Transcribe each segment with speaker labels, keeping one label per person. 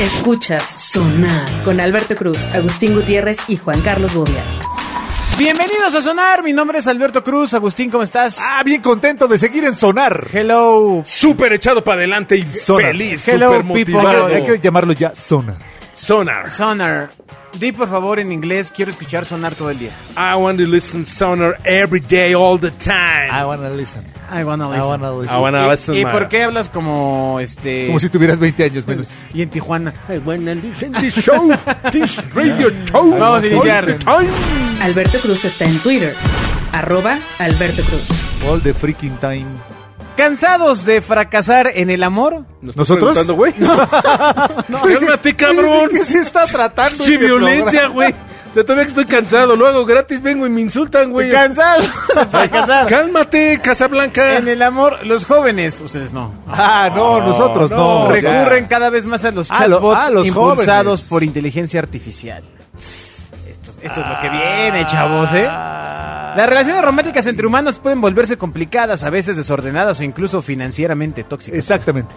Speaker 1: Escuchas Sonar con Alberto Cruz, Agustín Gutiérrez y Juan Carlos Bobia.
Speaker 2: Bienvenidos a Sonar, mi nombre es Alberto Cruz. Agustín, ¿cómo estás?
Speaker 3: Ah, bien contento de seguir en sonar.
Speaker 2: Hello.
Speaker 4: Súper echado para adelante y
Speaker 3: Sonar.
Speaker 4: feliz,
Speaker 2: Hello,
Speaker 4: súper
Speaker 2: people.
Speaker 4: motivado.
Speaker 3: Hay que, hay que llamarlo ya sonar.
Speaker 4: Sonar.
Speaker 2: Sonar. Di por favor en inglés, quiero escuchar sonar todo el día.
Speaker 4: I want to listen sonar every day, all the time.
Speaker 3: wanna listen.
Speaker 2: I wanna
Speaker 3: I
Speaker 2: listen.
Speaker 3: wanna listen.
Speaker 4: I wanna
Speaker 2: ¿Y-
Speaker 4: listen,
Speaker 2: ¿Y,
Speaker 4: man.
Speaker 2: por qué hablas como este
Speaker 3: Como si tuvieras 20 años menos.
Speaker 2: y en Tijuana?
Speaker 4: I wanna listen this show, this radio show.
Speaker 2: Vamos a
Speaker 4: all
Speaker 2: iniciar.
Speaker 4: the time.
Speaker 1: Alberto Cruz está en Twitter, arroba Alberto Cruz.
Speaker 3: All the freaking time.
Speaker 2: ¿Cansados de fracasar en el amor?
Speaker 4: ¿Nos
Speaker 3: ¿Nosotros?
Speaker 4: estás preguntando, güey? Cálmate,
Speaker 3: Oye,
Speaker 4: cabrón.
Speaker 3: ¿De qué se está tratando?
Speaker 4: Sí,
Speaker 3: este
Speaker 4: violencia, güey. Yo todavía que estoy cansado, lo hago gratis, vengo y me insultan, güey.
Speaker 2: ¿Cansados de fracasar
Speaker 4: Cálmate, Casablanca.
Speaker 2: en el amor? Los jóvenes, ustedes no.
Speaker 3: programa? Ah, no, nosotros no.
Speaker 4: no,
Speaker 3: ya.
Speaker 2: Recurren cada vez más a los
Speaker 3: Ah, lo-
Speaker 2: chatbots
Speaker 3: ah, los
Speaker 2: impulsados
Speaker 3: jóvenes.
Speaker 2: por inteligencia artificial. Esto, esto es lo que viene, chavos, ¿eh? Las relaciones románticas entre humanos pueden volverse complicadas, a veces desordenadas o incluso financieramente tóxicas.
Speaker 3: Exactamente.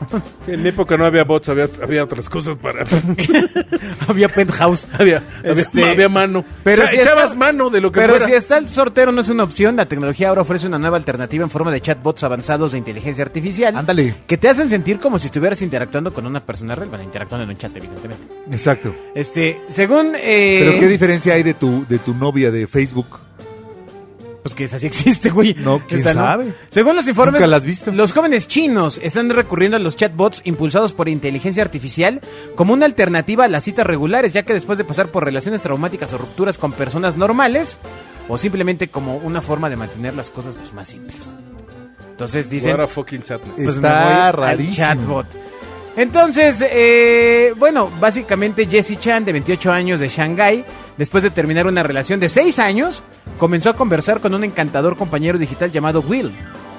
Speaker 4: En mi época no había bots, había, había otras cosas para...
Speaker 2: había penthouse,
Speaker 4: había, había-
Speaker 2: Este,
Speaker 4: había mano.
Speaker 2: Pero
Speaker 4: Pero
Speaker 2: si
Speaker 4: echabas
Speaker 2: está-
Speaker 4: mano de lo que
Speaker 2: Pero
Speaker 4: fuera.
Speaker 2: si está el sorteo no es una opción, la tecnología ahora ofrece una nueva alternativa en forma de chatbots avanzados de inteligencia artificial.
Speaker 3: Ándale.
Speaker 2: Que te hacen sentir como si estuvieras interactuando con una persona real, bueno, interactuando en un chat, evidentemente.
Speaker 3: Exacto.
Speaker 2: Este, según... eh,
Speaker 3: Pero ¿qué diferencia hay de tu, de tu novia de Facebook?
Speaker 2: Pues que esa sí existe, güey.
Speaker 3: No, quién
Speaker 2: Esta
Speaker 3: sabe.
Speaker 2: Según los informes,
Speaker 3: Nunca la has visto.
Speaker 2: los jóvenes chinos están recurriendo a los chatbots impulsados por inteligencia artificial como una alternativa a las citas regulares, ya que después de pasar por relaciones traumáticas o rupturas con personas normales, o simplemente como una forma de mantener las cosas pues, más simples. Entonces dicen,
Speaker 4: What a fucking sadness.
Speaker 3: Eh,
Speaker 2: pues
Speaker 3: Está
Speaker 2: me voy al
Speaker 3: rarísimo.
Speaker 2: chatbot. Entonces, eh, bueno, básicamente Jessie Chan, de 28 años de Shanghái, después de terminar una relación de 6 años, comenzó a conversar con un encantador compañero digital llamado Will.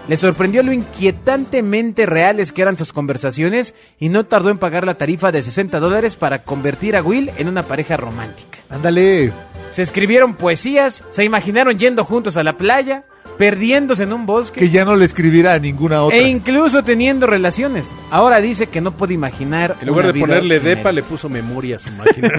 Speaker 2: Le sorprendió lo inquietantemente reales que eran sus conversaciones y no tardó en pagar la tarifa de 60 dólares para convertir a Will en una pareja romántica.
Speaker 3: Ándale.
Speaker 2: Se escribieron poesías, se imaginaron yendo juntos a la playa, perdiéndose en un bosque.
Speaker 3: Que ya no le escribirá a ninguna otra.
Speaker 2: E incluso teniendo relaciones. Ahora dice que no puede imaginar.
Speaker 4: En lugar
Speaker 2: una
Speaker 4: de
Speaker 2: vida
Speaker 4: ponerle
Speaker 2: sin
Speaker 4: depa,
Speaker 2: él.
Speaker 4: le puso memoria a su máquina.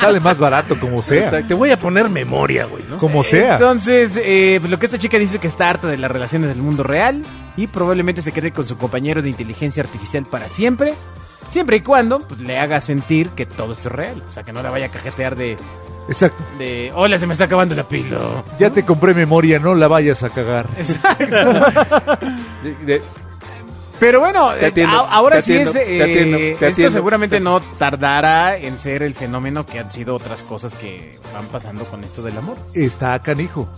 Speaker 3: Sale más barato, como
Speaker 4: O
Speaker 3: sea.
Speaker 4: sea, te voy a poner memoria, güey, ¿no?
Speaker 3: Como sea.
Speaker 2: Entonces, eh, pues lo que esta chica dice es que está harta de las relaciones del mundo real y probablemente se quede con su compañero de inteligencia artificial para siempre. Siempre y cuando pues, le haga sentir que todo esto es real. O sea, que no la vaya a cajetear de.
Speaker 3: Exacto.
Speaker 2: de Hola, se me está acabando la pila.
Speaker 3: Ya te compré memoria, no la vayas a cagar.
Speaker 2: Exacto.
Speaker 4: De- de-
Speaker 2: Pero bueno,
Speaker 4: Te
Speaker 2: eh,
Speaker 4: atiendo,
Speaker 2: a- ahora
Speaker 4: te
Speaker 2: sí
Speaker 4: atiendo,
Speaker 2: es.
Speaker 4: te
Speaker 2: eh,
Speaker 4: atiendo, te
Speaker 2: esto
Speaker 4: atiendo.
Speaker 2: seguramente no tardará en ser el fenómeno que han sido otras cosas que van pasando con esto del amor.
Speaker 3: Está canijo.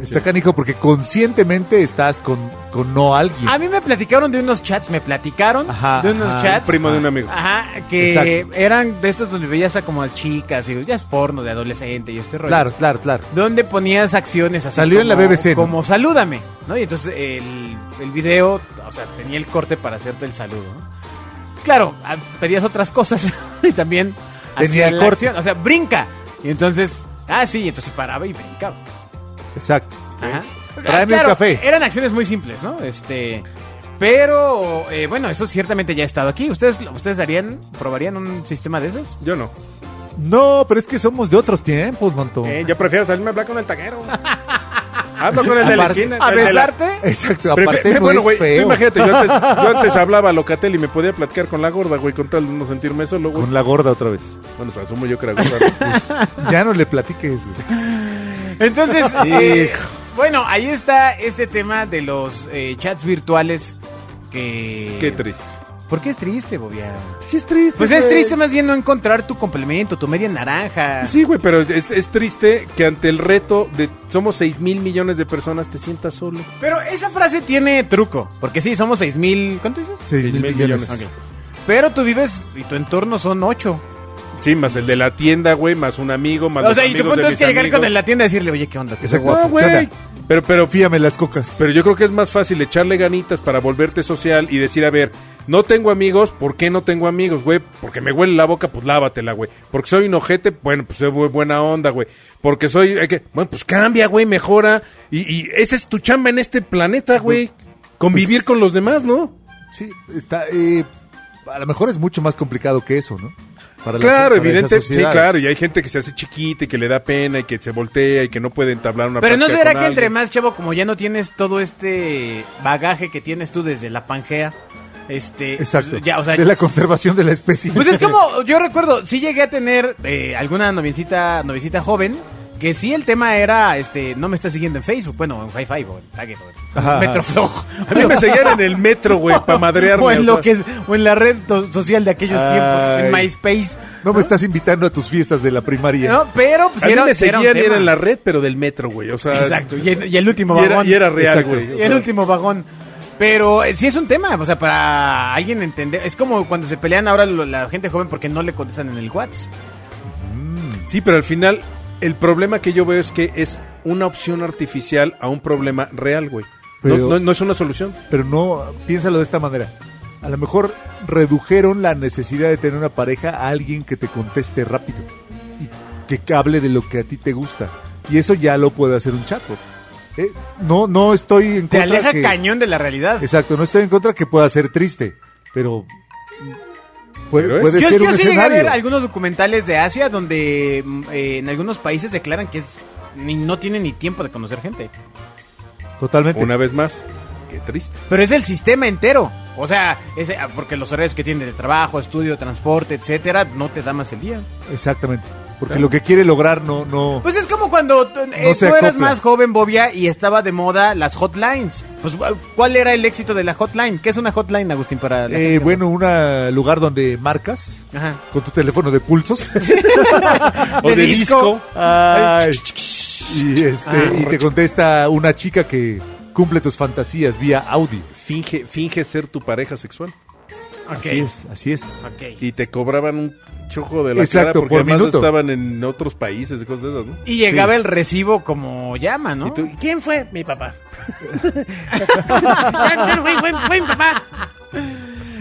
Speaker 3: Está canijo porque conscientemente estás con, con no alguien.
Speaker 2: A mí me platicaron de unos chats, me platicaron
Speaker 3: Ajá,
Speaker 2: Ah, de unos
Speaker 3: ajá.
Speaker 2: chats.
Speaker 4: primo de un amigo.
Speaker 2: Ajá, que
Speaker 3: Exacto.
Speaker 2: eran de estos donde veías a como a chicas, y ya es porno de adolescente y este rollo.
Speaker 3: Claro, claro, claro.
Speaker 2: Donde ponías acciones así.
Speaker 3: Salió en
Speaker 2: como-
Speaker 3: la BBC, ¿no?
Speaker 2: Como salúdame, ¿no? Y entonces el, el video, o sea, tenía el corte para hacerte el saludo, ¿no? Claro, a- pedías otras cosas y también
Speaker 3: Tenía
Speaker 2: hacía
Speaker 3: el
Speaker 2: la
Speaker 3: corte.
Speaker 2: acción, o sea, brinca. Y entonces, ah, sí, y entonces paraba y brincaba.
Speaker 3: Exacto.
Speaker 2: Ajá.
Speaker 3: Tráeme un café.
Speaker 2: Eran acciones muy simples, ¿no? Este. Pero, eh, bueno, eso ciertamente ya ha estado aquí. ¿Ustedes, ¿Ustedes darían, probarían un sistema de esos?
Speaker 4: Yo no.
Speaker 3: No, pero es que somos de otros tiempos, Manto.
Speaker 4: Eh, yo prefiero salirme a hablar con el taquero. Hablo con el de la
Speaker 3: Aparte-
Speaker 4: esquina.
Speaker 2: ¿A
Speaker 4: el de la-
Speaker 2: besarte?
Speaker 3: Exacto,
Speaker 4: Prefi-
Speaker 3: aparte
Speaker 4: eh,
Speaker 3: no
Speaker 4: bueno,
Speaker 3: es
Speaker 4: güey, tú
Speaker 3: feo.
Speaker 4: imagínate, yo antes, yo antes hablaba a Locatel y me podía platicar con la gorda, güey, con tal de no sentirme solo, güey.
Speaker 3: Con la gorda otra vez.
Speaker 4: Bueno, se asumo yo que era gorda. ¿no?
Speaker 3: Ya no le platiques, güey.
Speaker 2: Entonces,
Speaker 4: Pues,
Speaker 2: eh, bueno, ahí está este tema de los eh, chats virtuales que...
Speaker 4: Qué triste.
Speaker 2: ¿Por qué es triste, Bobia?
Speaker 4: Sí es triste.
Speaker 2: Pues es triste más bien no encontrar tu complemento, tu media naranja.
Speaker 4: Pues Sí, güey, pero es, es triste que ante el reto de somos 6 mil millones de personas te sientas solo.
Speaker 2: Pero esa frase tiene truco, porque sí, somos 6 mil... ¿Cuánto dices?
Speaker 3: 6 mil
Speaker 4: mil
Speaker 3: millones.
Speaker 4: millones.
Speaker 2: Pero tú vives y tu entorno son 8.
Speaker 4: Sí, más el de la tienda, güey, más un amigo, más
Speaker 2: O
Speaker 4: los
Speaker 2: sea, y tu
Speaker 4: amigos
Speaker 2: punto
Speaker 4: de
Speaker 2: es que
Speaker 4: mis
Speaker 2: llegar con
Speaker 4: amigos.
Speaker 2: el la tienda y decirle, oye, ¿qué onda? ¿Qué
Speaker 3: Exacto.
Speaker 2: guapo?
Speaker 4: No, güey.
Speaker 3: ¿Qué
Speaker 4: Pero, pero,
Speaker 3: Fíame las cocas.
Speaker 4: pero yo creo que es más fácil echarle ganitas para volverte social y decir, a ver, no tengo amigos, ¿por qué no tengo amigos, güey? Porque me huele la boca, pues lávatela, güey. Porque soy un ojete, bueno, pues soy bu- buena onda, güey. Porque soy, hay que- bueno, pues cambia, güey, mejora. Y, y esa es tu chamba en este planeta, güey. Convivir
Speaker 3: Pues-
Speaker 4: con los demás, ¿no?
Speaker 3: Sí, está. eh, a lo mejor es mucho más complicado que eso, ¿no? Para la- para
Speaker 4: Claro, evidente,
Speaker 3: esas
Speaker 4: sí,
Speaker 3: sociedades.
Speaker 4: claro, y hay gente que se hace chiquita y que le da pena y que se voltea y que no puede entablar una
Speaker 2: Pero no
Speaker 4: plática
Speaker 2: será
Speaker 4: con
Speaker 2: que entre
Speaker 4: alguien.
Speaker 2: más chavo, como ya no tienes todo este bagaje que tienes tú desde la Pangea, este,
Speaker 3: Exacto.
Speaker 2: pues, ya, o sea,
Speaker 3: de la conservación de la especie.
Speaker 2: pues es como, yo recuerdo, sí llegué a tener eh, alguna noviecita, noviecita joven, que sí el tema era, este, no me está siguiendo en Facebook, bueno, en Hi-Fi o en Target o
Speaker 3: Ajá.
Speaker 2: en Metroflog.
Speaker 4: A mí me seguían en el metro, güey, para madrearme.
Speaker 2: O en,
Speaker 4: o
Speaker 2: Pues lo
Speaker 4: sea.
Speaker 2: que es- o en la red to- social de aquellos
Speaker 3: Ay.
Speaker 2: tiempos, en MySpace.
Speaker 3: No me estás invitando a tus fiestas de la primaria.
Speaker 2: No, pero pues
Speaker 4: A mí
Speaker 2: era,
Speaker 4: me
Speaker 2: sí era
Speaker 4: seguían
Speaker 2: un
Speaker 4: y era
Speaker 2: tema.
Speaker 4: en la red, pero del metro, güey. O sea,
Speaker 2: Exacto, y, en- y el último
Speaker 4: Y era,
Speaker 2: vagón.
Speaker 4: y era real,
Speaker 3: Exacto.
Speaker 4: güey. o
Speaker 2: Y el
Speaker 4: sea.
Speaker 2: último vagón. Pero eh, sí es un tema, o sea, para alguien entender. Es como cuando se pelean ahora lo- la gente joven porque no le contestan en el WhatsApp.
Speaker 4: Sí, pero al final, el problema que yo veo es que es una opción artificial a un problema real, güey. No-
Speaker 3: Pero-
Speaker 4: no- no es una solución.
Speaker 3: Pero no, piénsalo de esta manera. A lo mejor redujeron la necesidad de tener una pareja a alguien que te conteste rápido y que hable de lo que a ti te gusta. Y eso ya lo puede hacer un chatbot. Eh, no, no estoy en
Speaker 2: Te
Speaker 3: contra.
Speaker 2: aleja
Speaker 3: que-
Speaker 2: cañón de la realidad.
Speaker 3: Exacto, no estoy en contra que pueda ser triste, pero puede,
Speaker 4: Pero es-
Speaker 3: puede
Speaker 2: Yo,
Speaker 3: ser
Speaker 2: yo
Speaker 3: un
Speaker 2: sí llegué a
Speaker 3: escenario.
Speaker 2: ver algunos documentales de Asia donde mm, eh, en algunos países declaran que es ni- no tienen ni tiempo de conocer gente.
Speaker 3: Totalmente.
Speaker 4: Una vez más, qué triste.
Speaker 2: Pero es el sistema entero. O sea, ese- ah, porque los horarios que tienen de trabajo, estudio, transporte, etcétera, no te da más el día.
Speaker 3: Exactamente. Porque lo que quiere lograr no, no.
Speaker 2: Pues es como cuando tú, eh,
Speaker 3: se
Speaker 2: tú eras
Speaker 3: acopla.
Speaker 2: más joven, Bobia, y estaba de moda las hotlines. Pues, ¿cuál era el éxito de la hotline? ¿Qué es una hotline, Agustín, para la
Speaker 3: Eh,
Speaker 2: gente?
Speaker 3: bueno, un lugar donde marcas
Speaker 2: Ajá.
Speaker 3: con tu teléfono de pulsos.
Speaker 4: O de disco.
Speaker 3: Ay. y este,
Speaker 2: Ah,
Speaker 3: y te contesta una chica que cumple tus fantasías vía Audi.
Speaker 4: Finge, finge ser tu pareja sexual.
Speaker 2: Ok,
Speaker 3: Así es, así es.
Speaker 2: ok.
Speaker 4: Y te cobraban un chojo de la
Speaker 3: Exacto,
Speaker 4: cara porque
Speaker 3: por
Speaker 4: además
Speaker 3: minuto.
Speaker 4: estaban en otros países y cosas de esas, ¿no?
Speaker 2: Y llegaba el recibo como llama, ¿no?
Speaker 4: ¿Y tú?
Speaker 5: ¿Quién fue? Mi papá. fue, fue, fue mi papá.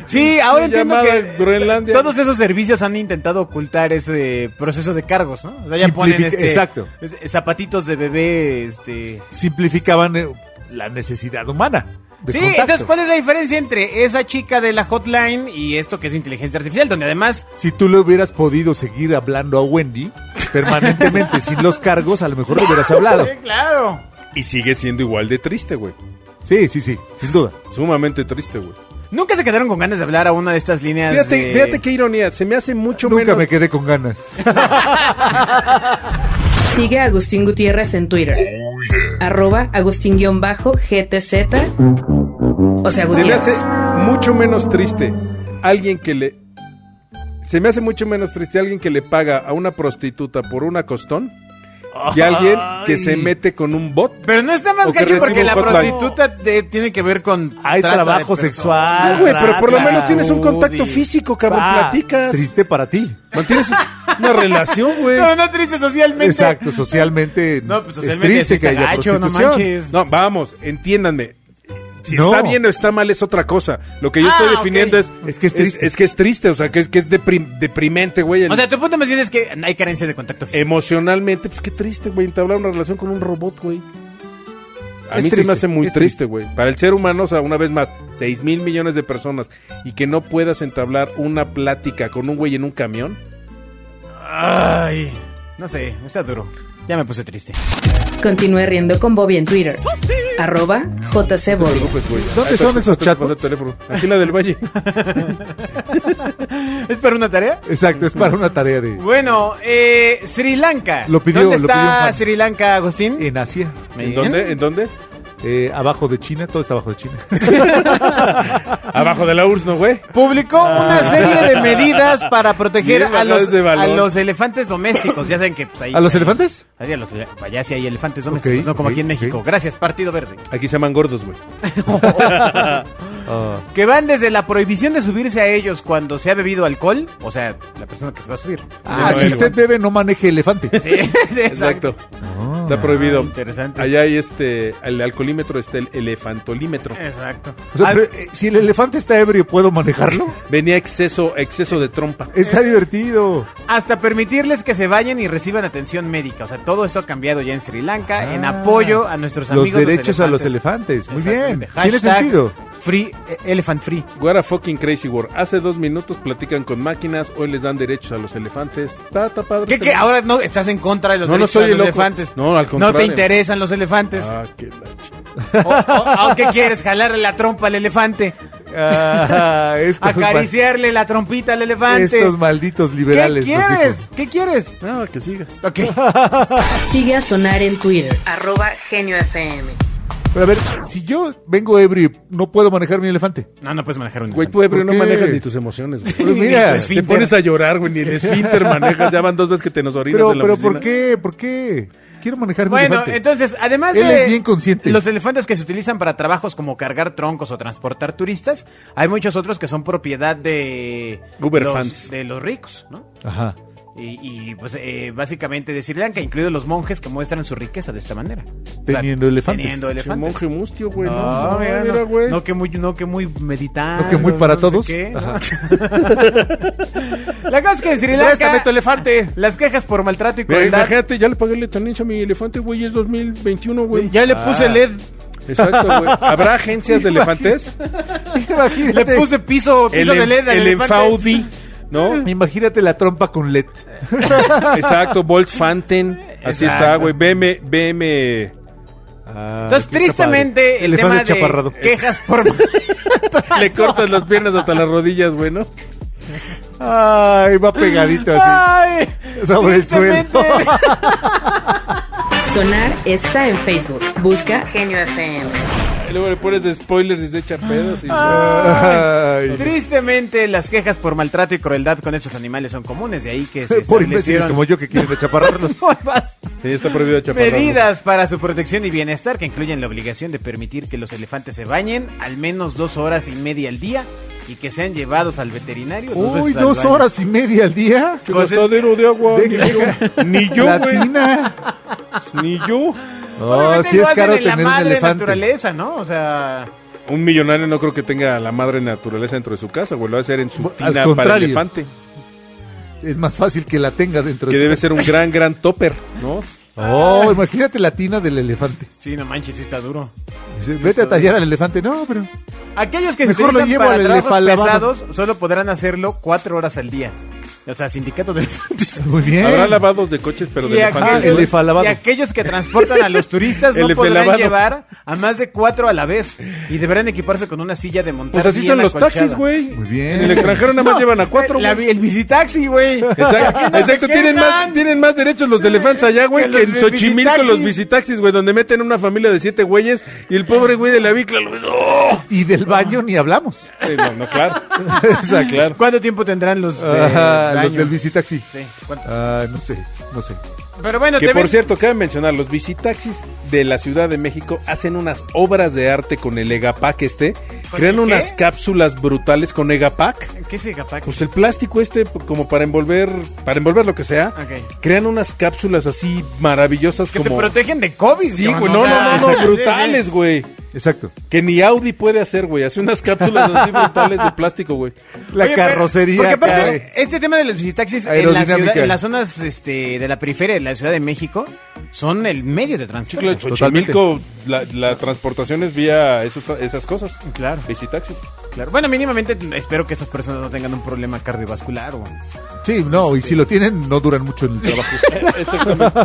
Speaker 2: Sí, ahora
Speaker 4: Se
Speaker 2: entiendo
Speaker 4: llamaba
Speaker 2: que
Speaker 4: Groenlandia.
Speaker 2: todos esos servicios han intentado ocultar ese proceso de cargos, ¿no? O sea, ya ponen
Speaker 3: Simplific-
Speaker 2: este,
Speaker 3: exacto.
Speaker 2: es- zapatitos de bebé, este...
Speaker 3: Simplificaban eh, la necesidad humana. de
Speaker 2: Sí,
Speaker 3: contacto.
Speaker 2: entonces, ¿cuál es la diferencia entre esa chica de la hotline y esto que es inteligencia artificial? Donde además
Speaker 3: Si tú le hubieras podido seguir hablando a Wendy permanentemente sin los cargos, a lo mejor le hubieras hablado.
Speaker 2: Sí, claro.
Speaker 4: Y sigue siendo igual de triste, güey.
Speaker 3: Sí, sí, sí, sin duda.
Speaker 4: Sumamente triste, güey.
Speaker 2: Nunca se quedaron con ganas de hablar a una de estas líneas.
Speaker 4: Fíjate,
Speaker 2: de-
Speaker 4: fíjate qué ironía. Se me hace mucho
Speaker 3: Nunca
Speaker 4: menos...
Speaker 3: me quedé con ganas.
Speaker 1: Sigue a Agustín Gutiérrez en Twitter. Arroba Agustín-GTZ. O sea,
Speaker 4: Se me
Speaker 1: Gutiérrez.
Speaker 4: hace mucho menos triste alguien que le... Se me hace mucho menos triste alguien que le paga a una prostituta por una costón que alguien que se mete con un bot.
Speaker 2: Pero no está más
Speaker 4: O que
Speaker 2: gacho
Speaker 4: recibe
Speaker 2: porque
Speaker 4: un
Speaker 2: la
Speaker 4: hotline.
Speaker 2: prostituta te- tiene que ver con.
Speaker 3: Hay
Speaker 2: trata de
Speaker 3: Ah, trabajo
Speaker 2: personas.
Speaker 3: sexual.
Speaker 4: No, güey, pero por lo
Speaker 2: Ah,
Speaker 4: menos tienes
Speaker 2: Rudy.
Speaker 4: un contacto físico, cabrón.
Speaker 3: Ah,
Speaker 4: platicas.
Speaker 3: Triste para ti.
Speaker 4: Mantienes una relación, güey.
Speaker 2: Pero no triste socialmente.
Speaker 3: Exacto, socialmente.
Speaker 2: No, pues
Speaker 3: es
Speaker 2: socialmente
Speaker 3: triste
Speaker 2: sí está
Speaker 3: que haya
Speaker 2: gacho, no
Speaker 3: prostitución.
Speaker 2: manches.
Speaker 4: No, vamos, entiéndanme. Si
Speaker 3: No.
Speaker 4: está bien o está mal es otra cosa. Lo que yo
Speaker 2: Ah,
Speaker 4: estoy definiendo
Speaker 2: ok.
Speaker 4: es,
Speaker 3: Es que es triste.
Speaker 4: Es, que es triste, o sea, que es, que es deprim- deprimente, güey. El-
Speaker 2: O sea, tu punto me dices que hay carencia de contacto
Speaker 3: Em,
Speaker 2: físico.
Speaker 4: emocionalmente, pues qué triste, güey, entablar una relación con un robot, güey. A
Speaker 3: Es
Speaker 4: mí se me
Speaker 3: triste,
Speaker 4: hace muy
Speaker 3: es triste.
Speaker 4: triste, güey. Para el ser humano, o sea, una vez más, 6 mil millones de personas y que no puedas entablar una plática con un güey en un camión.
Speaker 2: Ay. No sé, está duro. Ya me puse triste.
Speaker 1: Continúe riendo con Bobby en Twitter. Arroba JC Bobby.
Speaker 4: Pues, güey,
Speaker 3: ¿Dónde
Speaker 4: ahí
Speaker 3: son
Speaker 4: está,
Speaker 3: esos
Speaker 4: te paso el
Speaker 3: chatbots?
Speaker 4: teléfono. Aquí la del Valle.
Speaker 2: ¿Es para una tarea?
Speaker 3: Exacto, es para una tarea de.
Speaker 2: Bueno, eh, Sri Lanka.
Speaker 3: Lo pidió-
Speaker 2: ¿Dónde
Speaker 3: lo
Speaker 2: está
Speaker 3: pidió un fan. Eh,
Speaker 2: Sri Lanka, Agustín?
Speaker 3: En Asia,
Speaker 4: ¿En dónde? ¿En dónde?
Speaker 3: eh, abajo de China, todo está abajo de China.
Speaker 4: Abajo de la URSS, ¿no, güey?
Speaker 2: Publicó
Speaker 3: Ah.
Speaker 2: una serie de medidas para proteger
Speaker 4: Bien
Speaker 2: a los,
Speaker 4: bajadas de
Speaker 2: a
Speaker 4: valor.
Speaker 2: los elefantes domésticos. Ya saben que pues, ahí.
Speaker 3: ¿A los elefantes?
Speaker 2: Ahí a los- allá sí hay elefantes domésticos,
Speaker 3: Ok,
Speaker 2: no como
Speaker 3: ok,
Speaker 2: aquí en
Speaker 3: ok.
Speaker 2: México. Gracias, Partido Verde.
Speaker 4: Aquí se llaman gordos, güey.
Speaker 3: Ah,
Speaker 2: Que van desde la prohibición de subirse a ellos cuando se ha bebido alcohol, o sea, la persona que se va a subir.
Speaker 3: ah,
Speaker 4: no,
Speaker 3: si
Speaker 4: el-
Speaker 3: usted bebe, no maneje elefante.
Speaker 2: Sí, sí, exacto.
Speaker 4: Exacto. Está prohibido.
Speaker 2: Ah, interesante.
Speaker 4: Allá hay este, el alcoholímetro, está el elefantolímetro.
Speaker 2: Exacto.
Speaker 3: O sea,
Speaker 2: Ah,
Speaker 3: pero, eh, si el elefante está ebrio, ¿puedo manejarlo?
Speaker 4: Venía exceso, exceso de trompa.
Speaker 2: Eh,
Speaker 3: Está divertido.
Speaker 2: hasta permitirles que se vayan y reciban atención médica. O sea, todo esto ha cambiado ya en Sri Lanka en apoyo a nuestros
Speaker 3: Ah. Los
Speaker 2: amigos.
Speaker 3: derechos a los elefantes. Muy bien.
Speaker 2: Exactamente.
Speaker 3: Tiene
Speaker 2: Hashtag
Speaker 3: sentido.
Speaker 2: Free, eh, Elephant Free.
Speaker 4: What a fucking crazy world. Hace dos minutos platican con máquinas, hoy les dan derechos a los elefantes. Está, está padre.
Speaker 2: ¿Qué, qué? Ahora no estás en contra de los,
Speaker 4: No, no
Speaker 2: derechos
Speaker 4: soy
Speaker 2: de los
Speaker 4: loco.
Speaker 2: elefantes.
Speaker 4: No,
Speaker 2: No
Speaker 4: al
Speaker 2: te
Speaker 4: contrario.
Speaker 2: interesan los elefantes.
Speaker 4: Ah, qué la ch-
Speaker 2: O, o- o qué quieres? Jalarle la trompa al elefante.
Speaker 3: Ah, estos,
Speaker 2: Acariciarle la trompita al
Speaker 3: ma-
Speaker 2: elefante.
Speaker 3: estos malditos
Speaker 2: ¿Qué
Speaker 3: liberales. nos dijo.
Speaker 2: quieres? ¿Qué quieres?
Speaker 4: Ah, que sigas.
Speaker 2: Ok.
Speaker 1: Sigue a Sonar en Twitter, arroba Genio FM.
Speaker 3: Pero a ver, si yo vengo ebrio, no puedo manejar mi elefante.
Speaker 2: No, no puedes manejar un
Speaker 4: Güey, tú
Speaker 2: elefante.
Speaker 4: ebrio
Speaker 3: ¿Por
Speaker 4: no
Speaker 3: qué?
Speaker 4: manejas ni tus emociones, güey.
Speaker 3: Pues mira,
Speaker 2: Ni tu
Speaker 4: Te
Speaker 2: esfínter.
Speaker 4: pones a llorar, güey, ni el esfínter manejas. Ya van dos veces que te nos orinas
Speaker 3: Pero,
Speaker 4: en la
Speaker 3: pero
Speaker 4: oficina.
Speaker 3: ¿por qué? ¿Por qué? Quiero manejar mi
Speaker 2: Bueno,
Speaker 3: elefante.
Speaker 2: entonces, además
Speaker 3: Él
Speaker 2: de
Speaker 3: es bien consciente.
Speaker 2: los elefantes que se utilizan para trabajos como cargar troncos o transportar turistas, hay muchos otros que son propiedad de
Speaker 4: Uber
Speaker 2: los,
Speaker 4: fans.
Speaker 2: de los ricos, ¿no?
Speaker 3: Ajá.
Speaker 2: Y, y, pues eh, básicamente decirle que incluidos los monjes que muestran su riqueza de esta manera.
Speaker 3: Teniendo elefantes.
Speaker 2: Teniendo
Speaker 4: Che,
Speaker 2: elefantes.
Speaker 4: monje mustio, güey. No,
Speaker 2: No,
Speaker 4: no,
Speaker 2: mira,
Speaker 4: mira,
Speaker 2: no,
Speaker 4: güey.
Speaker 2: no que muy, no que muy meditado.
Speaker 3: No que muy para
Speaker 2: sé
Speaker 3: todos.
Speaker 2: qué, ¿no?
Speaker 3: Ajá.
Speaker 2: La cosa es que en Sri
Speaker 3: Préstame
Speaker 2: Lanka
Speaker 3: tu elefante.
Speaker 2: las quejas por maltrato y
Speaker 4: Mira,
Speaker 2: crueldad.
Speaker 4: imagínate, ya le pagué letanencia a mi elefante, güey. Es 2021, güey.
Speaker 2: Ya Ah. le puse LED,
Speaker 4: Exacto, güey. ¿Habrá agencias de elefantes?
Speaker 2: le
Speaker 3: Imagínate,
Speaker 2: puse piso, piso de
Speaker 4: en-
Speaker 2: LED al
Speaker 4: el
Speaker 2: elefante.
Speaker 4: Enfaudi, ¿no?
Speaker 3: imagínate la trompa con E LED.
Speaker 4: Exacto, Volksfanten. Así
Speaker 2: Exacto.
Speaker 4: está, güey. BM, BM.
Speaker 2: Entonces, tristemente, el tema de
Speaker 3: elefante chaparrado.
Speaker 2: quejas por
Speaker 4: Le cortas las piernas hasta las rodillas, güey, ¿no?
Speaker 3: Ay, va pegadito así.
Speaker 2: Ay,
Speaker 3: Sobre el
Speaker 2: tristemente.
Speaker 3: suelo.
Speaker 1: Sonar está en Facebook. Busca Genio FM.
Speaker 4: Y luego le pones de spoilers y se echa pedos. Y,
Speaker 3: Ay.
Speaker 2: Tristemente, las quejas por maltrato y crueldad con estos animales son comunes, de ahí que se
Speaker 3: Por imbéciles
Speaker 2: establecieron
Speaker 3: como yo que quieren achaparrarlos.
Speaker 2: nuevas
Speaker 4: Sí, está prohibido chaparrarlos.
Speaker 2: medidas para su protección y bienestar que incluyen la obligación de permitir que los elefantes se bañen al menos dos horas y media al día y que sean llevados al veterinario. dos
Speaker 3: Uy,
Speaker 2: veces al
Speaker 3: dos
Speaker 2: baño.
Speaker 3: horas y media al día.
Speaker 4: Yo
Speaker 2: Pues es-
Speaker 4: gastadero de agua.
Speaker 3: De-
Speaker 4: Ni yo, güey.
Speaker 3: Latina.
Speaker 4: Ni yo.
Speaker 3: No,
Speaker 2: Obviamente
Speaker 3: Oh, sí
Speaker 2: lo
Speaker 3: es
Speaker 2: hacen
Speaker 3: caro
Speaker 2: en la
Speaker 3: tener un
Speaker 2: madre
Speaker 3: elefante.
Speaker 2: naturaleza, ¿no? O sea,
Speaker 4: Un millonario no creo que tenga a la madre naturaleza dentro de su casa, güey. Lo va a hacer en su
Speaker 3: Al
Speaker 4: tina para
Speaker 3: contrario.
Speaker 4: elefante.
Speaker 3: Es más fácil que la tenga dentro.
Speaker 4: Que
Speaker 3: de su
Speaker 4: debe ser un gran, gran topper, ¿no?
Speaker 3: Oh, imagínate la tina del elefante.
Speaker 2: sí, no manches, sí está duro.
Speaker 3: Dice, Vete a tallar al elefante. No, pero.
Speaker 2: Aquellos que se
Speaker 3: Mejor lo
Speaker 2: utilizan
Speaker 3: llevo
Speaker 2: para
Speaker 3: al
Speaker 2: trabajos
Speaker 3: elefalabano.
Speaker 2: pesados solo podrán hacerlo cuatro horas al día. O sea, sindicato de elefantes.
Speaker 3: Muy bien.
Speaker 4: Habrá lavados de coches, pero de
Speaker 2: Y, aquellos-
Speaker 4: elefantes.
Speaker 3: Ah, el
Speaker 4: güey.
Speaker 3: elefalabano.
Speaker 2: y aquellos que transportan a los turistas no
Speaker 4: El
Speaker 2: podrán
Speaker 4: elefalabano.
Speaker 2: llevar a más de cuatro a la vez y deberán equiparse con una silla de montar.
Speaker 4: Pues así
Speaker 2: bien
Speaker 4: son los
Speaker 2: acolchada.
Speaker 4: taxis, güey.
Speaker 3: Muy bien.
Speaker 4: En el extranjero nada más
Speaker 2: No, eh,
Speaker 4: llevan a cuatro,
Speaker 2: la-
Speaker 4: güey.
Speaker 2: El visitaxi, güey.
Speaker 4: Exacto,
Speaker 2: no
Speaker 4: exacto,
Speaker 2: se
Speaker 4: tienen
Speaker 2: quejan?
Speaker 4: más, tienen más derechos los elefantes allá,
Speaker 2: Que
Speaker 4: güey, que
Speaker 2: los
Speaker 4: en Xochimilco
Speaker 2: visitaxis.
Speaker 4: los visitaxis, güey, donde meten una familia de siete güeyes y el pobre güey de la bicla lo ves, ¡oh!
Speaker 3: Y del baño ni hablamos.
Speaker 4: Sí, no, no, claro.
Speaker 3: Exacto.
Speaker 4: Claro.
Speaker 2: ¿Cuánto tiempo tendrán los, de
Speaker 3: Ajá, los
Speaker 2: daño?
Speaker 3: del visitaxi.
Speaker 2: Sí, ¿cuánto?
Speaker 3: Ah, no sé, no sé.
Speaker 2: Pero bueno,
Speaker 4: Que
Speaker 2: te
Speaker 4: por
Speaker 2: ven-
Speaker 4: cierto, cabe mencionar, los visitaxis de la Ciudad de México hacen unas obras de arte con el Egapac este, crean
Speaker 2: qué?
Speaker 4: unas cápsulas brutales con Egapac,
Speaker 2: ¿Qué es el capac?
Speaker 4: pues el plástico este p- como para envolver, para envolver lo que sea,
Speaker 2: Ok.
Speaker 4: crean unas cápsulas así maravillosas
Speaker 2: que te
Speaker 4: como...
Speaker 2: protegen de COVID.
Speaker 4: Sí,
Speaker 2: cabrón,
Speaker 4: güey,
Speaker 2: o
Speaker 4: no,
Speaker 2: sea,
Speaker 4: no, no, no,
Speaker 2: sí, sí, sí.
Speaker 4: brutales, güey.
Speaker 3: Exacto.
Speaker 4: Que ni Audi puede hacer, güey. Hace unas cápsulas así brutales de plástico, güey.
Speaker 3: La
Speaker 2: Oye, pero-
Speaker 3: carrocería
Speaker 2: Porque aparte,
Speaker 3: cae.
Speaker 2: este tema de los visitaxis en, la ciudad-
Speaker 3: Aerodinámica.
Speaker 2: en las zonas este, de la periferia de la Ciudad de México son el medio de transporte.
Speaker 4: Claro, Xochimilco, la, la transportación es vía esos- esas cosas.
Speaker 2: Claro.
Speaker 4: Visitaxis.
Speaker 2: Claro. Bueno, mínimamente espero que esas personas no tengan un problema cardiovascular. O...
Speaker 3: Sí, no, y si lo tienen, no duran mucho en el trabajo.
Speaker 4: Exactamente.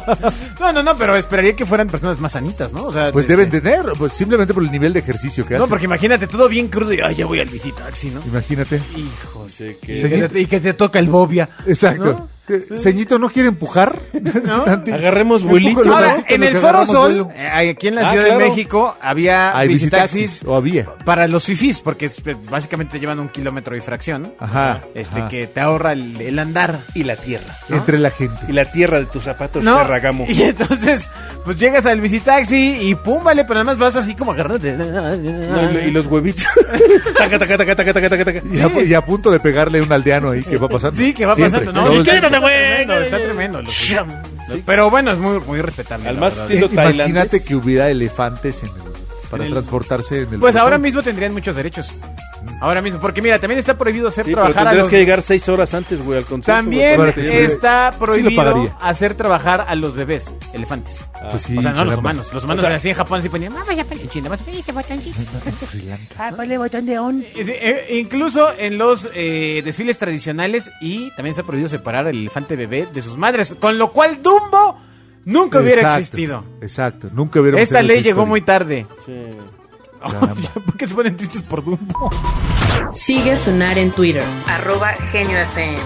Speaker 2: No, no, no, pero esperaría que fueran personas más sanitas, ¿no? O sea,
Speaker 3: Pues
Speaker 2: de-
Speaker 3: deben
Speaker 2: de-
Speaker 3: tener, pues simplemente por el nivel de ejercicio que
Speaker 2: No,
Speaker 3: hacen.
Speaker 2: porque imagínate todo bien crudo y ay, ya voy al visitaxi, ¿no?
Speaker 3: Imagínate.
Speaker 2: Hijos.
Speaker 4: Así
Speaker 2: Y
Speaker 4: que-
Speaker 2: que, te, y que te toca el bobia.
Speaker 3: Exacto. Eh, Ceñito no quiere empujar. Tantito.
Speaker 4: Agarremos
Speaker 3: Empújalo
Speaker 4: vuelito,
Speaker 3: tantito,
Speaker 2: Ahora, en
Speaker 3: lo
Speaker 2: el
Speaker 3: que
Speaker 2: Foro
Speaker 3: agarramos
Speaker 2: Sol,
Speaker 3: vuelo.
Speaker 2: eh, aquí en la
Speaker 4: Ah,
Speaker 2: Ciudad de
Speaker 4: claro.
Speaker 2: México, había
Speaker 3: Hay
Speaker 2: visitaxis
Speaker 3: visitaxis. O había.
Speaker 2: para los fifís, porque es- eh, básicamente te llevan un kilómetro y fracción.
Speaker 3: Ajá.
Speaker 2: Este
Speaker 3: ajá.
Speaker 2: que te ahorra el, el andar.
Speaker 4: Y la tierra.
Speaker 3: Entre la gente.
Speaker 4: Y la tierra de tus zapatos
Speaker 2: ¿no?
Speaker 4: Ferragamo.
Speaker 2: Y entonces, pues llegas al visitaxi y pum, vale, pero nada más vas así como agarrándote.
Speaker 4: No, y lo- y los huevitos. taca, taca, taca, taca, taca, taca, taca.
Speaker 3: Y a, y a punto de pegarle a un aldeano ahí que va pasando.
Speaker 2: Sí, que va
Speaker 3: Siempre. eh,
Speaker 2: pasando, ¿no?
Speaker 3: Todos-
Speaker 2: Y
Speaker 5: quédate, güey.
Speaker 2: Tremendo, está tremendo. lo que- Pero bueno, es muy, muy respetable.
Speaker 4: Al
Speaker 2: la
Speaker 4: más
Speaker 2: verdad.
Speaker 4: estilo tailandés.
Speaker 3: Imagínate que hubiera elefantes en el- para
Speaker 2: En el-
Speaker 3: transportarse en el.
Speaker 2: Pues ahora
Speaker 3: mismo
Speaker 2: mismo tendrían muchos derechos. Ahora mismo, porque mira, también está prohibido hacer
Speaker 4: Sí, pero
Speaker 2: trabajar a
Speaker 4: tendrías
Speaker 2: los...
Speaker 4: que llegar seis horas antes, güey, al concierto.
Speaker 2: También
Speaker 4: güey,
Speaker 3: Para
Speaker 4: para que te-
Speaker 3: es-
Speaker 2: está
Speaker 3: sí lo
Speaker 2: prohibido
Speaker 3: pagaría.
Speaker 2: hacer trabajar a los bebés, elefantes.
Speaker 3: Pues sí,
Speaker 2: o sea, no los
Speaker 3: caramba.
Speaker 2: humanos. Los humanos así en Japón sí ponían, "Ah". "Mamá,
Speaker 5: pues,
Speaker 2: ya ponle chinga, más este botoncito".
Speaker 5: Ah, ponle botón de on.
Speaker 2: Es- eh, Incluso en los eh, desfiles tradicionales y también se ha prohibido separar al elefante bebé de sus madres, con lo cual Dumbo nunca hubiera
Speaker 3: Exacto,
Speaker 2: existido.
Speaker 3: Exacto, nunca hubiera
Speaker 2: Esta ley llegó muy tarde.
Speaker 4: Sí.
Speaker 3: Caramba.
Speaker 2: ¿Por qué se ponen tristes por Dumbo?
Speaker 1: Sigue a Sonar en Twitter, arroba Genio FM.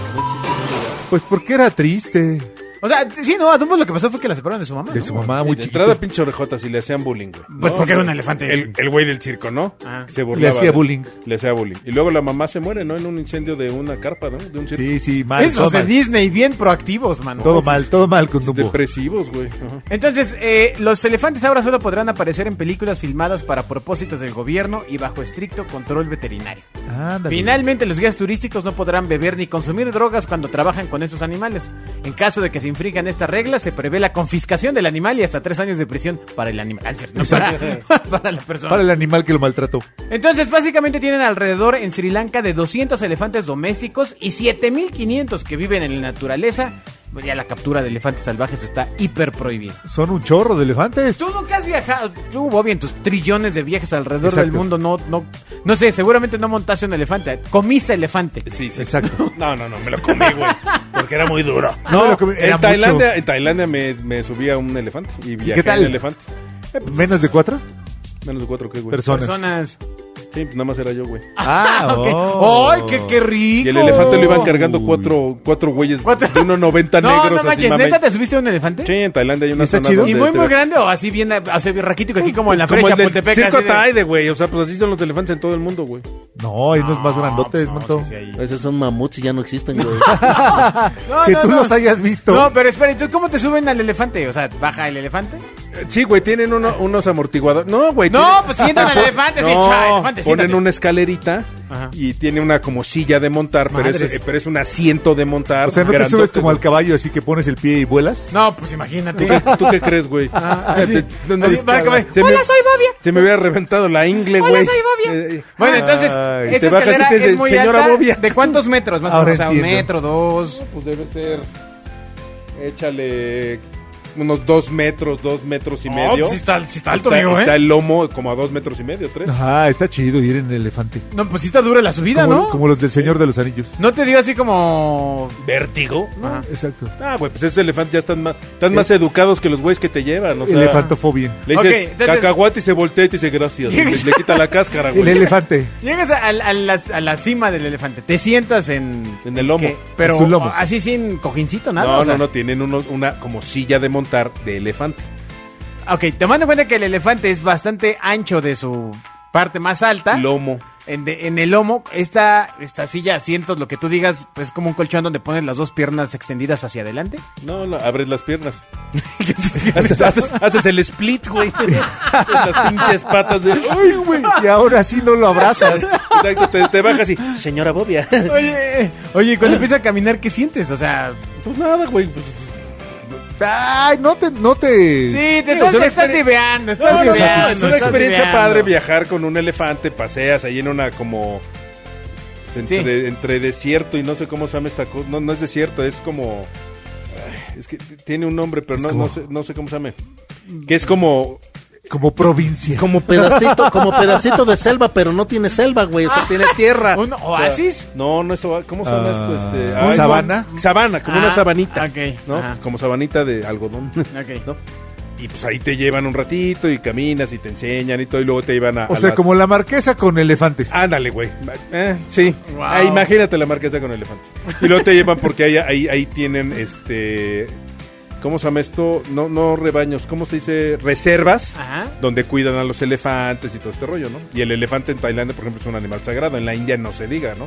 Speaker 3: Pues porque era triste
Speaker 2: O sea, sí, no, a Dumbo lo que pasó fue que la separaron de su mamá.
Speaker 3: de
Speaker 2: ¿no?
Speaker 3: su mamá
Speaker 4: Sí,
Speaker 3: muy
Speaker 4: de
Speaker 3: chiquita.
Speaker 4: entrada pinche orejotas y le hacían bullying, güey.
Speaker 2: Pues porque era un elefante.
Speaker 4: El el güey del circo, ¿no?
Speaker 2: Ah.
Speaker 4: Se burlaba.
Speaker 3: hacía
Speaker 4: de-
Speaker 3: bullying.
Speaker 4: Le hacía bullying. Y luego la mamá se muere, ¿no? En un incendio de una carpa, ¿no? De un circo.
Speaker 3: Sí, sí, mal,
Speaker 2: Eso,
Speaker 3: todo,
Speaker 2: los de
Speaker 3: mal.
Speaker 2: Disney, bien proactivos, mano.
Speaker 3: todo mal, todo mal con Dumbo.
Speaker 4: Depresivos, güey. Ajá.
Speaker 2: Entonces, eh, los elefantes ahora solo podrán aparecer en películas filmadas para propósitos del gobierno y bajo estricto control veterinario.
Speaker 3: Ándale.
Speaker 2: Finalmente, los guías turísticos no podrán beber ni consumir drogas cuando trabajan con estos animales. En caso de que se infringan estas reglas, se prevé la confiscación del animal y hasta tres años de prisión para el animal. Ah, es cierto, no, para, para la persona.
Speaker 3: Para el animal que lo maltrató.
Speaker 2: Entonces, básicamente tienen alrededor en Sri Lanka de 200 elefantes domésticos y 7500 que viven en la naturaleza. Bueno, Ya la captura de elefantes salvajes está hiper prohibida.
Speaker 3: Son un chorro de elefantes.
Speaker 2: Tú nunca has viajado, tú, Bobby, en tus trillones de viajes alrededor
Speaker 3: Exacto.
Speaker 2: del mundo, no, no, no sé, seguramente no montaste un elefante, comiste elefante.
Speaker 4: Sí, sí.
Speaker 3: Exacto.
Speaker 4: No, no, no, me lo comí, güey. Porque era muy duro.
Speaker 3: No, lo que- era
Speaker 4: en Tailandia, en Tailandia me, me subí a un elefante y viajé
Speaker 3: qué tal?
Speaker 4: en elefante.
Speaker 3: mucho. ¿Menos de cuatro?
Speaker 4: Menos de cuatro, ¿qué, güey?
Speaker 3: Personas.
Speaker 2: Personas.
Speaker 4: Sí, pues nada más era yo, güey.
Speaker 3: Ah,
Speaker 2: Ok.
Speaker 3: oh.
Speaker 2: ¡Ay, qué, qué rico!
Speaker 4: Y el elefante lo iban cargando
Speaker 3: Uy.
Speaker 4: cuatro, cuatro güeyes
Speaker 2: Cuatro-
Speaker 4: de 1.90
Speaker 2: No,
Speaker 4: negros
Speaker 2: no
Speaker 4: así,
Speaker 2: manches,
Speaker 4: mamey.
Speaker 2: ¿neta te subiste a un elefante?
Speaker 4: Sí, en Tailandia hay
Speaker 3: ¿Y
Speaker 4: una
Speaker 3: está
Speaker 4: zona
Speaker 3: chido?
Speaker 4: donde
Speaker 2: ¿Y muy,
Speaker 4: te-
Speaker 2: muy grande o así bien, o sea, bien raquítico aquí como en la
Speaker 4: Como
Speaker 2: fecha
Speaker 4: el del
Speaker 2: Chapultepec?
Speaker 4: circo
Speaker 2: así de-
Speaker 4: Taide, güey. O sea, pues así son los elefantes en todo el mundo, güey.
Speaker 3: No, hay unos más grandotes,
Speaker 2: No,
Speaker 3: Manto.
Speaker 2: sí, sí, ahí.
Speaker 6: Esos son mamuts y ya no existen, güey.
Speaker 2: No,
Speaker 3: que
Speaker 2: no,
Speaker 3: tú
Speaker 2: no.
Speaker 3: los hayas visto.
Speaker 2: No, pero espera, ¿y tú cómo te suben al elefante? O sea, ¿baja el elefante?
Speaker 4: Eh, Sí, güey, tienen uno- unos amortiguadores. No, güey.
Speaker 2: No,
Speaker 4: tienen-
Speaker 2: pues sientan al elefante, sí, cha, elefante,
Speaker 4: ponen
Speaker 2: siéntate.
Speaker 4: una escalerita
Speaker 2: Ajá.
Speaker 4: y tiene una como silla de montar, pero es,
Speaker 2: Madres.
Speaker 4: eh, pero es un asiento de montar.
Speaker 3: o sea, no te
Speaker 4: grandote,
Speaker 3: subes como
Speaker 4: güey.
Speaker 3: al caballo, así que pones el pie y vuelas.
Speaker 2: No, pues imagínate.
Speaker 4: ¿Tú qué, tú qué crees, güey?
Speaker 2: así.
Speaker 4: Eh, te- no,
Speaker 2: Ah, Así,
Speaker 4: no,
Speaker 2: para que vaya,
Speaker 4: se me-
Speaker 2: "Hola, soy Bobia".
Speaker 4: Se me hubiera reventado la ingle,
Speaker 2: Hola,
Speaker 4: güey.
Speaker 2: soy Bobia.
Speaker 4: Eh,
Speaker 2: Bueno, entonces,
Speaker 3: Ay,
Speaker 2: esta
Speaker 4: te bajas y
Speaker 2: escalera
Speaker 4: te
Speaker 2: es
Speaker 4: dice,
Speaker 2: muy
Speaker 4: "Señora
Speaker 2: alta.
Speaker 4: Bobia".
Speaker 2: ¿De cuántos metros más o
Speaker 3: Ahora
Speaker 2: menos? O sea, un
Speaker 3: entiendo.
Speaker 2: metro, dos.
Speaker 4: pues debe ser. Échale unos dos metros, dos metros y medio.
Speaker 2: pues sí está, sí está alto,
Speaker 4: Está-
Speaker 2: amigo, ¿eh?
Speaker 4: está el lomo como a dos metros y medio, tres.
Speaker 3: Ajá, está chido ir en el elefante.
Speaker 2: No, pues sí está dura la subida,
Speaker 3: Como,
Speaker 2: ¿no?
Speaker 3: como los del Señor de los Anillos.
Speaker 2: ¿No te dio así como...
Speaker 4: Vértigo.
Speaker 2: Ajá.
Speaker 3: Exacto.
Speaker 4: Ah, güey, pues esos elefantes ya están más, están más educados que los güeyes que te llevan. O sea,
Speaker 3: Elefantofobia.
Speaker 4: Le dices
Speaker 2: Ok, entonces-
Speaker 4: cacahuate y se voltea y te dice gracias. güey. le, le quita la cáscara,
Speaker 3: El
Speaker 4: güey.
Speaker 3: elefante.
Speaker 2: Llegas a, a la, a la cima del elefante, te sientas en...
Speaker 4: En el lomo.
Speaker 2: ¿Qué? Pero
Speaker 3: En su lomo.
Speaker 2: así sin cojincito, nada.
Speaker 4: No,
Speaker 2: o sea,
Speaker 4: no, no, tienen uno- una como silla de montar de elefante.
Speaker 2: Ok, tomando en cuenta que el elefante es bastante ancho de su parte más alta,
Speaker 4: Lomo.
Speaker 2: en, de- en el lomo, esta, esta silla, asientos, lo que tú digas, pues es como un colchón donde pones las dos piernas extendidas hacia adelante.
Speaker 4: No, no, abres las piernas. haces, haces- haces el split, güey. las pinches patas de.
Speaker 3: Ay, güey. Y ahora sí no lo abrazas.
Speaker 4: Exacto, te, te bajas y.
Speaker 6: Señora Bobia.
Speaker 2: Oye, oye, y cuando empieza a caminar, ¿qué sientes? O sea,
Speaker 4: Pues nada, güey. pues,
Speaker 3: Ay, no te, no te.
Speaker 2: sí, te
Speaker 4: Sí,
Speaker 2: estás,
Speaker 4: es una
Speaker 2: te estás
Speaker 4: experiencia-
Speaker 2: diveando, estás
Speaker 4: No, no, no,
Speaker 2: diveando,
Speaker 4: es una
Speaker 2: estás
Speaker 4: experiencia
Speaker 2: diveando.
Speaker 4: padre viajar con un elefante, paseas ahí en una como pues, entre, entre desierto y no sé cómo se llama esta cosa. No, no es desierto, es como ay, es que t- tiene un nombre, pero
Speaker 3: Es
Speaker 4: no,
Speaker 3: como-
Speaker 4: no sé, no sé cómo se llama. Que es como
Speaker 3: Como provincia.
Speaker 6: Como pedacito, como pedacito de selva, pero no tiene selva, güey. O sea, tiene tierra.
Speaker 2: ¿Un oasis?
Speaker 4: no, no es oa- ¿cómo se llama esto? Este,
Speaker 3: Ah,
Speaker 4: ay,
Speaker 3: ¿sabana? ah.
Speaker 4: no, sabana, como
Speaker 2: Ah,
Speaker 4: una sabanita,
Speaker 2: ok,
Speaker 4: ¿no?
Speaker 2: ajá.
Speaker 4: Como sabanita de algodón,
Speaker 2: Ok.
Speaker 4: ¿no? Y pues ahí te llevan un ratito y caminas y te enseñan y todo y luego te llevan a
Speaker 3: O
Speaker 4: a
Speaker 3: sea,
Speaker 4: las-
Speaker 3: como la marquesa con elefantes.
Speaker 4: Ándale, güey. Eh, sí.
Speaker 2: Wow.
Speaker 4: Ah, imagínate la marquesa con elefantes. Y luego te llevan porque ahí, ahí, ahí tienen este. ¿Cómo se llama esto? No, no rebaños, ¿cómo se dice? Reservas.
Speaker 2: Ajá.
Speaker 4: Donde cuidan a los elefantes y todo este rollo, ¿no? Y el elefante en Tailandia, por ejemplo, es un animal sagrado. En la India no se diga, ¿no?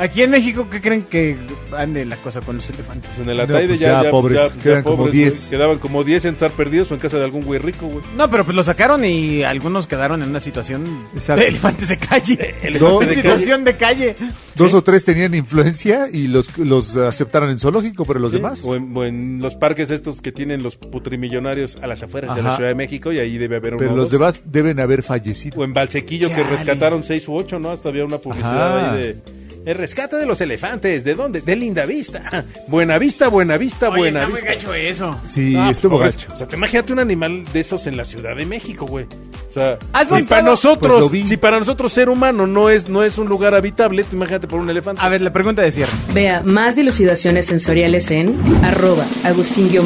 Speaker 2: Aquí en México, ¿qué creen que ande la cosa con los elefantes?
Speaker 4: Pues en el
Speaker 3: No,
Speaker 4: Ataide
Speaker 3: pues
Speaker 4: ya,
Speaker 3: ya,
Speaker 4: ya-
Speaker 3: pobres,
Speaker 4: ya- ya
Speaker 3: quedan como
Speaker 4: pobres,
Speaker 3: 10.
Speaker 4: güey. Quedaban como 10 en estar perdidos o en casa de algún güey rico, güey.
Speaker 2: No, pero pues lo sacaron y algunos quedaron en una situación
Speaker 3: Exacto.
Speaker 2: de elefantes de calle.
Speaker 3: elefante
Speaker 2: Una
Speaker 3: de
Speaker 2: situación de calle.
Speaker 3: Dos o tres tenían influencia y los, los aceptaron en zoológico, pero los demás.
Speaker 4: O en, o en los parques estos que tienen los putrimillonarios a las afueras de la
Speaker 3: Ajá.
Speaker 4: Ciudad de México y ahí debe haber uno
Speaker 3: Pero
Speaker 4: o
Speaker 3: los
Speaker 4: dos.
Speaker 3: demás deben haber fallecido.
Speaker 4: O en Balsequillo que
Speaker 2: Chale.
Speaker 4: rescataron 6 u 8, ¿no? Hasta había una publicidad
Speaker 3: Ajá.
Speaker 4: ahí de... El rescate de los elefantes, ¿de dónde? De Lindavista. Buenavista, Buenavista,
Speaker 2: Oye, está muy
Speaker 4: Buenavista.
Speaker 2: gacho eso.
Speaker 3: Sí,
Speaker 4: Ah,
Speaker 3: estuvo
Speaker 4: pues,
Speaker 3: gacho.
Speaker 4: O sea, te imagínate un animal de esos en la Ciudad de México, güey. O sea,
Speaker 2: ¿Has montado?
Speaker 4: si para
Speaker 3: Pues
Speaker 4: nosotros,
Speaker 3: lo vi.
Speaker 4: si para nosotros ser humano no es no es un lugar habitable, tú imagínate por un elefante.
Speaker 2: A ver, la pregunta de cierre.
Speaker 1: Vea más dilucidaciones sensoriales en arroba agustín-gtz.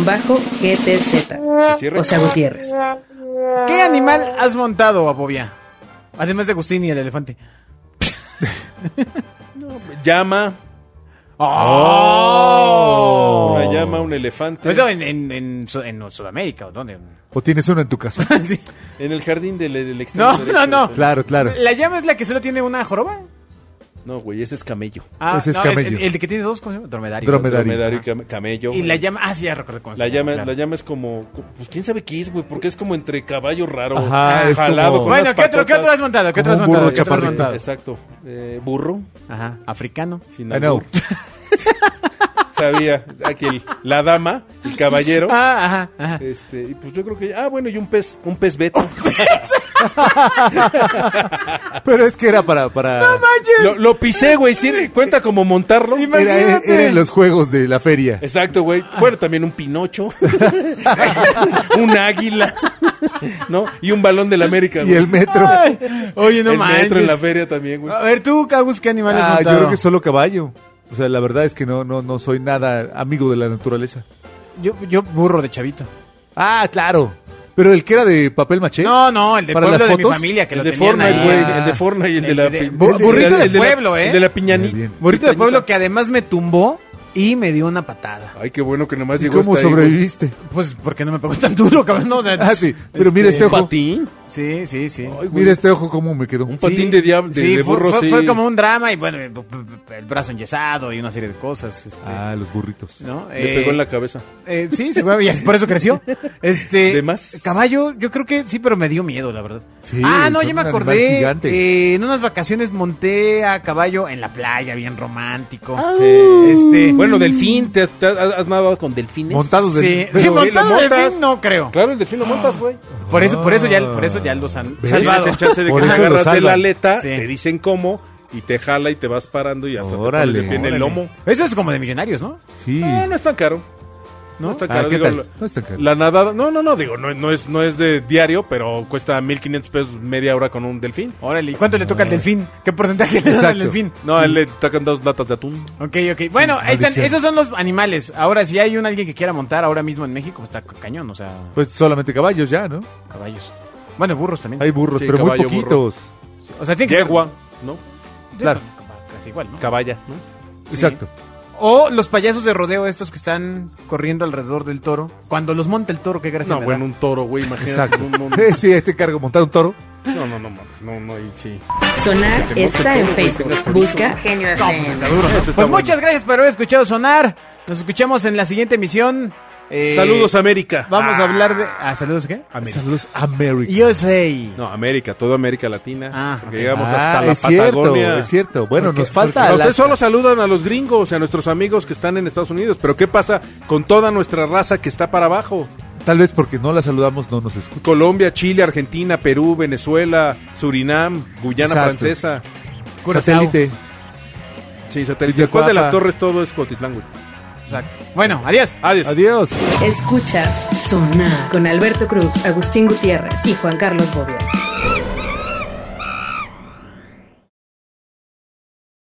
Speaker 4: Cierre.
Speaker 1: O sea, Gutiérrez.
Speaker 2: ¿Qué animal has montado, Abobia? Además de Agustín y el elefante.
Speaker 4: llama,
Speaker 2: ¡Oh!
Speaker 4: una llama, un elefante.
Speaker 2: Eso en, en, en Sud- en Sudamérica, ¿o dónde?
Speaker 3: O tienes uno en tu casa.
Speaker 2: Sí.
Speaker 4: En el jardín del, del extremo
Speaker 2: No,
Speaker 4: derecho.
Speaker 2: no, no.
Speaker 3: Claro, claro.
Speaker 4: Eh,
Speaker 2: ¿La llama es la que solo tiene una joroba?
Speaker 4: No, güey, ese es camello.
Speaker 2: Ah,
Speaker 3: Ese es
Speaker 2: no,
Speaker 3: camello.
Speaker 2: El, el que tiene dos, ¿cómo se llama? Dromedario.
Speaker 3: Dromedario. Dromedario.
Speaker 4: Dromedario y cam- camello.
Speaker 2: Y
Speaker 4: güey.
Speaker 2: la llama. Ah, sí, ya recuerdo cómo se
Speaker 4: La llama,
Speaker 2: claro.
Speaker 4: la llama es como, pues quién sabe qué es, güey, porque es como entre caballo raro,
Speaker 3: Ajá, Ah, es
Speaker 4: Ah, jalado
Speaker 3: como-
Speaker 4: con
Speaker 2: Bueno,
Speaker 4: unas
Speaker 2: ¿qué otro, ¿qué otro
Speaker 4: patotas.
Speaker 2: has montado? ¿Qué otro has
Speaker 3: Como un burro
Speaker 2: montado? ¿Qué otro has
Speaker 3: chaparrito.
Speaker 2: montado?
Speaker 4: Exacto, Eh, burro,
Speaker 2: Ajá, africano.
Speaker 4: sin
Speaker 3: I know.
Speaker 4: albur. Sabía, aquí el- la dama, el caballero,
Speaker 2: Ah, ajá, ajá.
Speaker 4: este, y pues yo creo que, ah, bueno, y un pez, un pez beto.
Speaker 3: Pero es que era para. para
Speaker 4: lo, lo pisé, güey, sí, cuenta como montarlo.
Speaker 3: era, era- era en los juegos de la feria.
Speaker 4: Exacto, güey. Bueno, también un pinocho, un águila, ¿no? Y un balón del América,
Speaker 3: Y
Speaker 4: güey.
Speaker 3: el metro.
Speaker 2: Ay, oye, no
Speaker 4: El
Speaker 2: manches.
Speaker 4: metro en la feria también, güey.
Speaker 2: A ver, tú, Cagus, ¿qué animal has
Speaker 3: Ah, yo
Speaker 2: montado?
Speaker 3: creo que solo caballo. O sea, la verdad es que no, no, no soy nada amigo de la naturaleza.
Speaker 2: yo, yo burro de chavito.
Speaker 3: Ah, claro. Pero el que era de papel maché.
Speaker 2: No, no, el del
Speaker 3: ¿Para
Speaker 2: pueblo
Speaker 3: las
Speaker 2: de mi
Speaker 3: fotos?
Speaker 2: familia que
Speaker 4: el
Speaker 2: lo
Speaker 4: de
Speaker 2: tenían
Speaker 4: Fortnite,
Speaker 2: ahí.
Speaker 4: güey.
Speaker 2: Ah.
Speaker 4: El de Fortnite y el, de la.
Speaker 2: de-
Speaker 4: pi-
Speaker 2: bu-
Speaker 4: el de-
Speaker 2: burrito
Speaker 4: el
Speaker 2: del
Speaker 4: de la-
Speaker 2: pueblo, ¿eh?
Speaker 4: El de la piñani.
Speaker 3: Muy bien.
Speaker 2: Burrito del pueblo que además me tumbó y me dio una patada.
Speaker 4: Ay, qué bueno que nomás
Speaker 3: ¿Y
Speaker 4: llegó
Speaker 3: cómo
Speaker 4: hasta ahí, güey.
Speaker 3: sobreviviste?
Speaker 2: Pues porque no me pegó tan duro, cabrón. No, o sea,
Speaker 3: Ah, sí. Pero mira este ojo.
Speaker 4: ¿Patín?
Speaker 2: Sí, sí, sí.
Speaker 4: Ay, güey.
Speaker 3: Mira este ojo cómo me quedó.
Speaker 4: Un patín de diablo, de,
Speaker 2: sí,
Speaker 4: de
Speaker 2: fue-
Speaker 4: burro,
Speaker 2: fue,
Speaker 4: sí.
Speaker 2: fue como un drama y bueno, eh, el brazo enyesado y una serie de cosas. este,
Speaker 3: Ah, los burritos.
Speaker 2: ¿no?
Speaker 4: Le
Speaker 2: Eh,
Speaker 4: pegó en la cabeza.
Speaker 2: Eh, sí, se fue, y por eso creció. Este,
Speaker 4: ¿De más?
Speaker 2: Caballo, yo creo que sí, pero me dio miedo, la verdad.
Speaker 3: Sí,
Speaker 2: ah, no,
Speaker 3: son
Speaker 2: ya me
Speaker 3: un animal
Speaker 2: acordé.
Speaker 3: gigante.
Speaker 2: eh, en unas vacaciones monté a caballo en la playa, bien romántico.
Speaker 4: Este,
Speaker 3: Ah.
Speaker 2: Este,
Speaker 4: bueno, delfín, ¿te has, te has- has nadado con delfines?
Speaker 3: Montados de.
Speaker 2: sí,
Speaker 3: pero-
Speaker 2: sí,
Speaker 4: ¿lo
Speaker 2: montado de
Speaker 4: montas?
Speaker 2: fin, no creo.
Speaker 4: Claro, el delfín lo montas, güey.
Speaker 2: Por eso, por eso ya, por eso ya los han
Speaker 3: ¿Ves?
Speaker 2: salvado.
Speaker 4: Tienes el chance de que
Speaker 3: Por
Speaker 4: te
Speaker 3: eso lo
Speaker 4: agarras de la
Speaker 3: salvan.
Speaker 4: aleta,
Speaker 2: Sí.
Speaker 4: te dicen cómo, y te jala y te vas parando y hasta
Speaker 3: Órale.
Speaker 4: te pones de pie en el lomo. Eh,
Speaker 2: Eso es como de millonarios, ¿no?
Speaker 3: Sí.
Speaker 4: No, no es tan caro. No, es tan
Speaker 3: Ah,
Speaker 4: caro.
Speaker 3: ¿qué
Speaker 4: digo,
Speaker 3: tal?
Speaker 4: la-
Speaker 3: No es tan caro.
Speaker 4: La nadada, no, no, no, digo, no, no es, no es de diario, pero cuesta 1500 pesos media hora con un delfín.
Speaker 2: Órale, ¿y cuánto le toca al delfín? ¿Qué porcentaje le da
Speaker 3: Exacto.
Speaker 2: al delfín?
Speaker 4: No, a él le tocan dos latas de atún.
Speaker 2: Ok, ok. Bueno, ahí están,
Speaker 3: maldición.
Speaker 2: esos son los animales. Ahora, si hay un alguien que quiera montar ahora mismo en México, pues está cañón, o sea,
Speaker 3: Pues solamente caballos ya, ¿no?
Speaker 2: caballos. Bueno, burros también.
Speaker 3: Hay burros,
Speaker 4: Sí,
Speaker 3: pero
Speaker 4: caballo,
Speaker 3: muy poquitos.
Speaker 2: O sea, tiene que
Speaker 4: Yegua, ¿no?
Speaker 2: ser-
Speaker 3: claro.
Speaker 2: Casi igual, ¿no?
Speaker 4: Caballa, ¿no?
Speaker 3: Exacto.
Speaker 2: O los payasos de rodeo estos que están corriendo alrededor del toro. Cuando los monta el toro, qué gracia
Speaker 4: No,
Speaker 2: me
Speaker 4: bueno,
Speaker 2: da.
Speaker 4: un toro, güey, imagínate.
Speaker 3: Exacto.
Speaker 4: un- un-
Speaker 3: sí, este cargo montar un toro.
Speaker 4: No, no, no, mames, no, no, y sí.
Speaker 1: Sonar
Speaker 4: Que te
Speaker 1: está
Speaker 4: moque
Speaker 1: en
Speaker 4: todo, güey, tengas
Speaker 1: Facebook.
Speaker 4: permiso.
Speaker 1: Busca Genio FM.
Speaker 4: Eso está
Speaker 2: Pues
Speaker 4: bueno.
Speaker 2: muchas gracias por haber escuchado sonar. Nos escuchamos en la siguiente emisión. Eh,
Speaker 4: Saludos, América.
Speaker 2: Vamos a hablar de. Ah, saludos, ¿qué?
Speaker 4: América.
Speaker 3: Saludos, América.
Speaker 2: USA.
Speaker 4: No, América, toda América Latina.
Speaker 2: Ah,
Speaker 4: porque
Speaker 2: ok.
Speaker 4: llegamos
Speaker 3: Ah,
Speaker 4: hasta la
Speaker 3: es cierto,
Speaker 4: Patagonia.
Speaker 3: es cierto. Bueno,
Speaker 2: Porque-
Speaker 3: nos falta.
Speaker 4: No, ustedes
Speaker 3: Alaska.
Speaker 4: solo saludan a los gringos y a nuestros amigos que están en Estados Unidos, pero ¿qué pasa con toda nuestra raza que está para abajo?
Speaker 3: Tal vez porque no la saludamos, no nos escucha.
Speaker 4: Colombia, Chile, Argentina, Perú, Venezuela, Surinam, Guyana
Speaker 3: Exacto.
Speaker 4: Francesa.
Speaker 2: Curazao.
Speaker 3: Satélite.
Speaker 4: Sí,
Speaker 3: Pues
Speaker 4: satélite. Después de las torres todo es Cotitlán, güey.
Speaker 2: Exacto. Bueno, adiós.
Speaker 4: Adiós.
Speaker 3: Adiós.
Speaker 1: Escuchas Sonar con Alberto Cruz, Agustín Gutiérrez y Juan Carlos Bobia.